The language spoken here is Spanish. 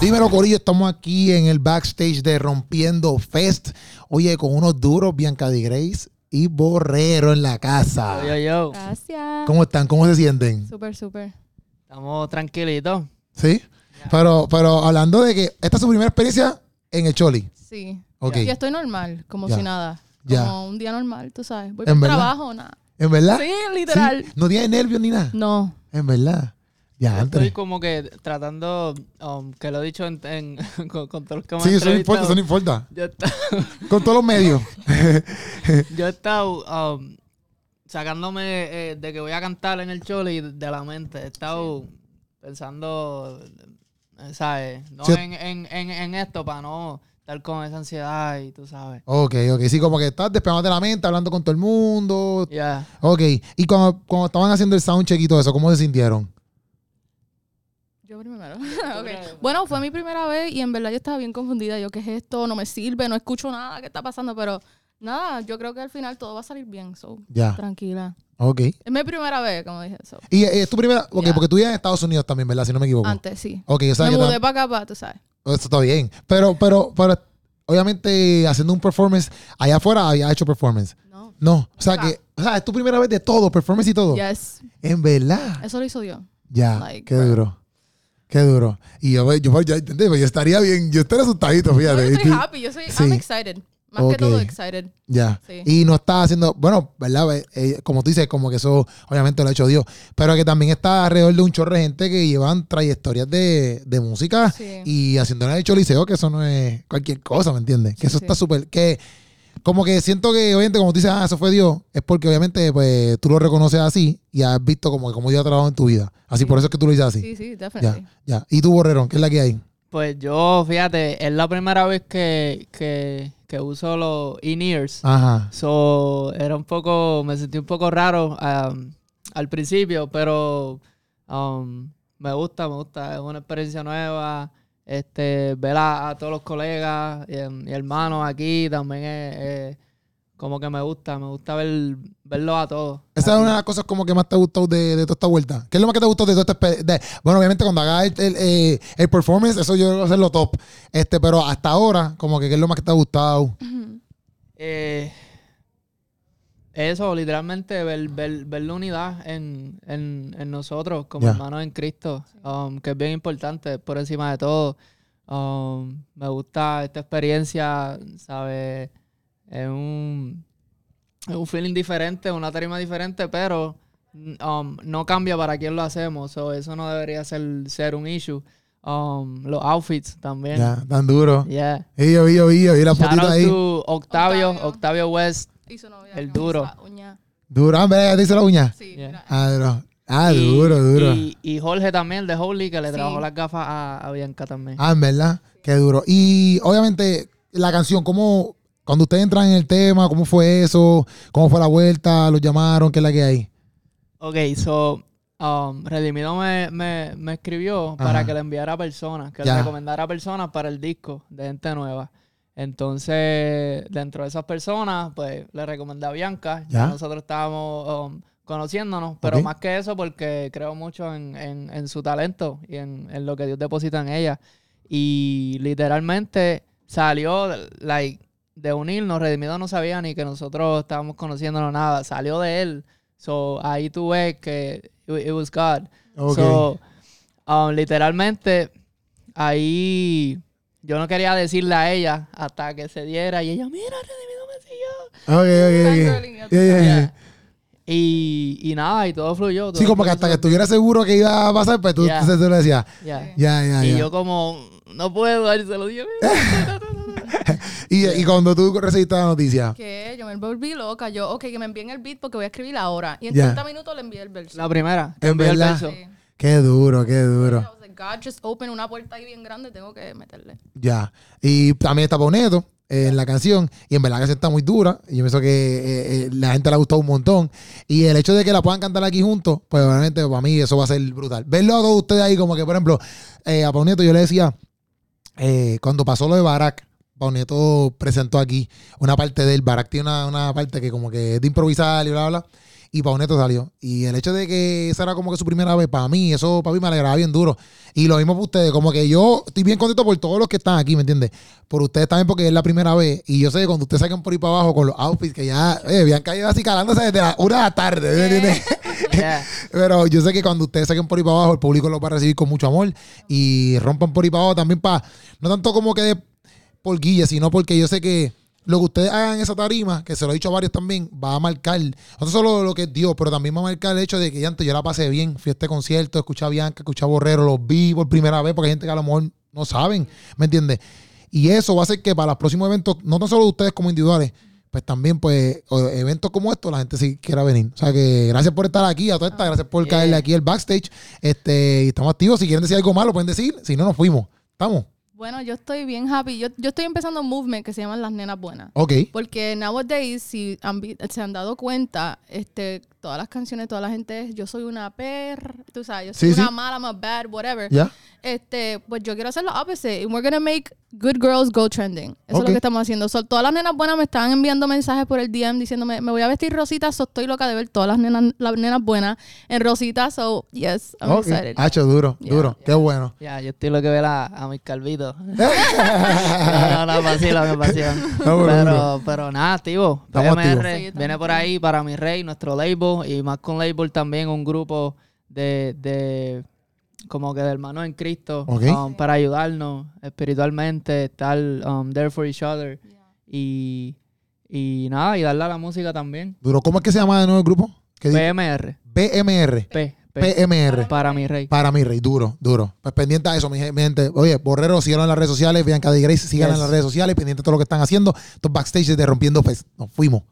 Dímelo, Corillo, estamos aquí en el backstage de Rompiendo Fest. Oye, con unos duros, Bianca de Grace y Borrero en la casa. Yo, yo, yo. Gracias. ¿Cómo están? ¿Cómo se sienten? Súper, súper. Estamos tranquilitos. ¿Sí? Pero, pero hablando de que esta es su primera experiencia en el Choli. Sí. Ok. Yo estoy normal, como Ya. si nada. Ya. Como un día normal, tú sabes. Voy ¿En para el verdad? trabajo, nada. ¿En verdad? Sí, literal. ¿Sí? No tiene nervios ni nada. No. En verdad. Ya, Estoy antes. como que tratando, um, que lo he dicho en, en- con, con todos los que me han Sí, eso no importa, entrevistado. eso no importa. Yo he esta- Con todos los medios. yo he estado um, sacándome eh, de que voy a cantar en el choli de la mente. He estado pensando, eh, ¿sabes? No Sí. en, en, en, en esto para no estar con esa ansiedad y tú sabes. Ok, ok. Sí, como que estás despegado de la mente, hablando con todo el mundo. Ya. Ok. Y cuando, cuando estaban haciendo el soundcheck y todo eso, ¿cómo se sintieron? Yo primero. Ok. Bueno, fue mi primera vez y en verdad yo estaba bien confundida. Yo, ¿qué es esto? No me sirve, no escucho nada. ¿Qué está pasando? Pero nada, yo creo que al final todo va a salir bien. So, Ya. tranquila. Ok. Es mi primera vez, como dije. so. Y eh, es tu primera. Ok, Ya. porque tú vivías en Estados Unidos también, ¿verdad? Si no me equivoco. Antes, sí. Ok, o sea Me que mudé tam- para acá, para, tú sabes. eso está bien. Pero, pero, pero, obviamente, haciendo un performance, allá afuera había hecho performance. No. No. O sea Nunca. que, o sea, es tu primera vez de todo, performance y todo. Yes. En verdad. Eso lo hizo Dios. Ya, Like, qué bro. duro. Qué duro. Y yo, yo, yo, yo estaría bien, yo estaría asustadito, No, fíjate. yo estoy Y- happy. Yo soy, Sí. I'm excited. Más Ok. que todo excited. Ya. Sí. Y no está haciendo, bueno, ¿verdad? Eh, eh, como tú dices, como que eso obviamente lo ha hecho Dios, pero que también está alrededor de un chorro de gente que llevan trayectorias de, de música Sí. Ah, y haciendo el choliseo, que eso no es cualquier cosa, ¿me entiendes? Que Sí, eso sí. está súper, que como que siento que obviamente como tú dices, ah, eso fue Dios, es porque obviamente pues tú lo reconoces así y has visto como que como Dios ha trabajado en tu vida. Así Sí. por eso es que tú lo dices así. Sí, sí, ya, definitely. ya. ¿Y tú, Borrerón, qué es la que hay? Pues yo, fíjate, es la primera vez que, que, que uso los in-ears. Ajá. So, era un poco, me sentí un poco raro um, al principio, pero um, me gusta, me gusta. Es una experiencia nueva. Este, ver a, a todos los colegas y, em, y hermanos aquí también es, es como que me gusta, me gusta ver, verlos a todos. Esa es una de las cosas como que más te ha gustado de, de toda esta vuelta. ¿Qué es lo más que te ha gustado de toda esta exper- de- Bueno, obviamente cuando hagas el, el, eh, el performance, eso yo voy a hacerlo top. Este, pero hasta ahora, como que qué es lo más que te ha gustado. Eh, eso, literalmente, ver, ver- ver la unidad en, en- en nosotros como Ya. hermanos en Cristo, um, que es bien importante por encima de todo. Um, me gusta esta experiencia, ¿sabes? Es un, es un feeling diferente, una tarima diferente, pero mm, um, no cambia para quién lo hacemos. so, eso no debería ser, ser un issue. Um, los outfits también. Ya, tan duro. Yeah. Y yo, y yo, y yo, y la Shout putita out ahí. to Octavio, Octavio. Octavio West. Y su novia. El ¿no? duro. Esa uña. Duro, mira, ya te hice la uña. Sí, Yeah. mira. Ah, duro. Ah, Y- duro, duro. Y, y Jorge también, de Holy, que le Sí. trabajó las gafas a, a Bianca también. Ah, en verdad, qué duro. Y obviamente, la canción, ¿cómo, cuando ustedes entran en el tema, cómo fue eso? ¿Cómo fue la vuelta? ¿Los llamaron? ¿Qué es la que hay? Ok, so, um, Redimido me, me, me escribió para que le enviara a personas, que Ya. le recomendara a personas para el disco de gente nueva. Entonces, dentro de esas personas, pues le recomendé a Bianca. Ya. Ya. Nosotros estábamos um, conociéndonos, pero Ok. más que eso, porque creo mucho en, en- en su talento y en, en lo que Dios deposita en ella. Y literalmente salió, like, de unirnos. Redimido no sabía ni que nosotros estábamos conociéndonos nada. Salió de él. So, ahí tú ves que it, it was God. Ok. So, um, literalmente, ahí yo no quería decirle a ella hasta que se diera. Y ella, mira, Redimido me siguió. Ok, ok, ok. Fangirling, ya tú Yeah, yeah, yeah. Y, y nada, y todo fluyó. Sí, todo como que hasta que fluyó. estuviera seguro que iba a pasar, pues tú Ya. se lo decías, Yeah. ya, ya, Y Ah, ya. yo como, no puedo, y se lo dije. "Mira". Y, y cuando tú recibiste la noticia, Que yo me volví loca. Yo, ok, que me envíen el beat porque voy a escribir ahora. Y en Ya. 30 minutos le envié el verso. La primera. que En envió el verdad. verso. Sí. qué duro, qué I duro. was like, God just open una puerta ahí bien grande, tengo que meterle. Ya. Y también está Boneto eh, en la canción, y en verdad que se está muy dura, y yo pienso que eh, eh, la gente le ha gustado un montón. Y el hecho de que la puedan cantar aquí juntos, pues obviamente para mí eso va a ser brutal. Verlo a todos ustedes ahí, como que por ejemplo, eh, a Pauneto yo le decía, eh, cuando pasó lo de Barack, Pauneto presentó aquí una parte del Barack, tiene una, una parte que como que es de improvisar y bla, bla, bla. y Pauneto salió. Y el hecho de que esa era como que su primera vez para mí, eso para mí me alegraba bien duro. Y lo mismo para ustedes, como que yo estoy bien contento por todos los que están aquí, ¿me entiendes? Por ustedes también porque es la primera vez. Y yo sé que cuando ustedes saquen por ahí para abajo con los outfits que ya eh, habían caído así calándose desde la una de la tarde, ¿me entiendes? Yeah. Pero yo sé que cuando ustedes saquen por ahí para abajo, el público los va a recibir con mucho amor y rompan por ahí para abajo también para, no tanto como que de- por Guille, sino porque yo sé que lo que ustedes hagan en esa tarima, que se lo he dicho a varios también, va a marcar, no solo lo que es Dios, pero también va a marcar el hecho de que ya antes yo la pasé bien, fui a este concierto, escuché a Bianca, escuché a Borrero, los vi por primera vez, porque hay gente que a lo mejor no saben, ¿me entiendes? Y eso va a hacer que para los próximos eventos, no tan solo de ustedes como individuales, pues también, pues, o- eventos como estos, la gente sí quiera venir. O sea que gracias por estar aquí, a todas estas, gracias por Yeah. caerle aquí el backstage. Este, y estamos activos. Si quieren decir algo malo, pueden decir. Si no, nos fuimos. ¿Estamos? Bueno, yo estoy bien happy. Yo, yo estoy empezando un movement que se llaman Las Nenas Buenas. Ok. Porque nowadays, si han vi- se han dado cuenta, este, todas las canciones, toda la gente es yo soy una perra, tú sabes, yo Sí, soy una sí. mala, I'm a bad, whatever. ¿Ya? Este, pues yo quiero hacer lo opposite. And we're gonna make good girls go trending. Eso es Ok. lo que estamos haciendo. So, todas las nenas buenas me están enviando mensajes por el DM diciéndome, me voy a vestir rosita, so estoy loca de ver todas las nenas, las nenas buenas en rosita. So, yes, I'm Ok. excited. Hacho, duro, Yeah. duro. Qué bueno. Ya, yo estoy lo que ve la- a mis calvitos. no, no, no, vacilo, me vacilo. pero duro. pero, pero nada, tío. Estamos activos. PMR Sí, estamos viene por ahí para mi rey, nuestro label. Y más con label también un grupo de, de como que de hermanos en Cristo Ok. um, para ayudarnos espiritualmente, estar um, there for each other. Y, y nada, y darle a la música también. Duro. ¿Cómo es que se llama de nuevo el grupo? ¿Qué dice? PMR. BMR. P, P, PMR. para mi rey. Para mi rey, duro, duro. Pues pendiente a eso, mi gen- mi gente. Oye, Borrero, síganlo en las redes sociales. Bianca de Grace, síganlo Yes. en las redes sociales. Pendiente de todo lo que están haciendo. Estos backstage de Rompiendo Fest. Nos fuimos.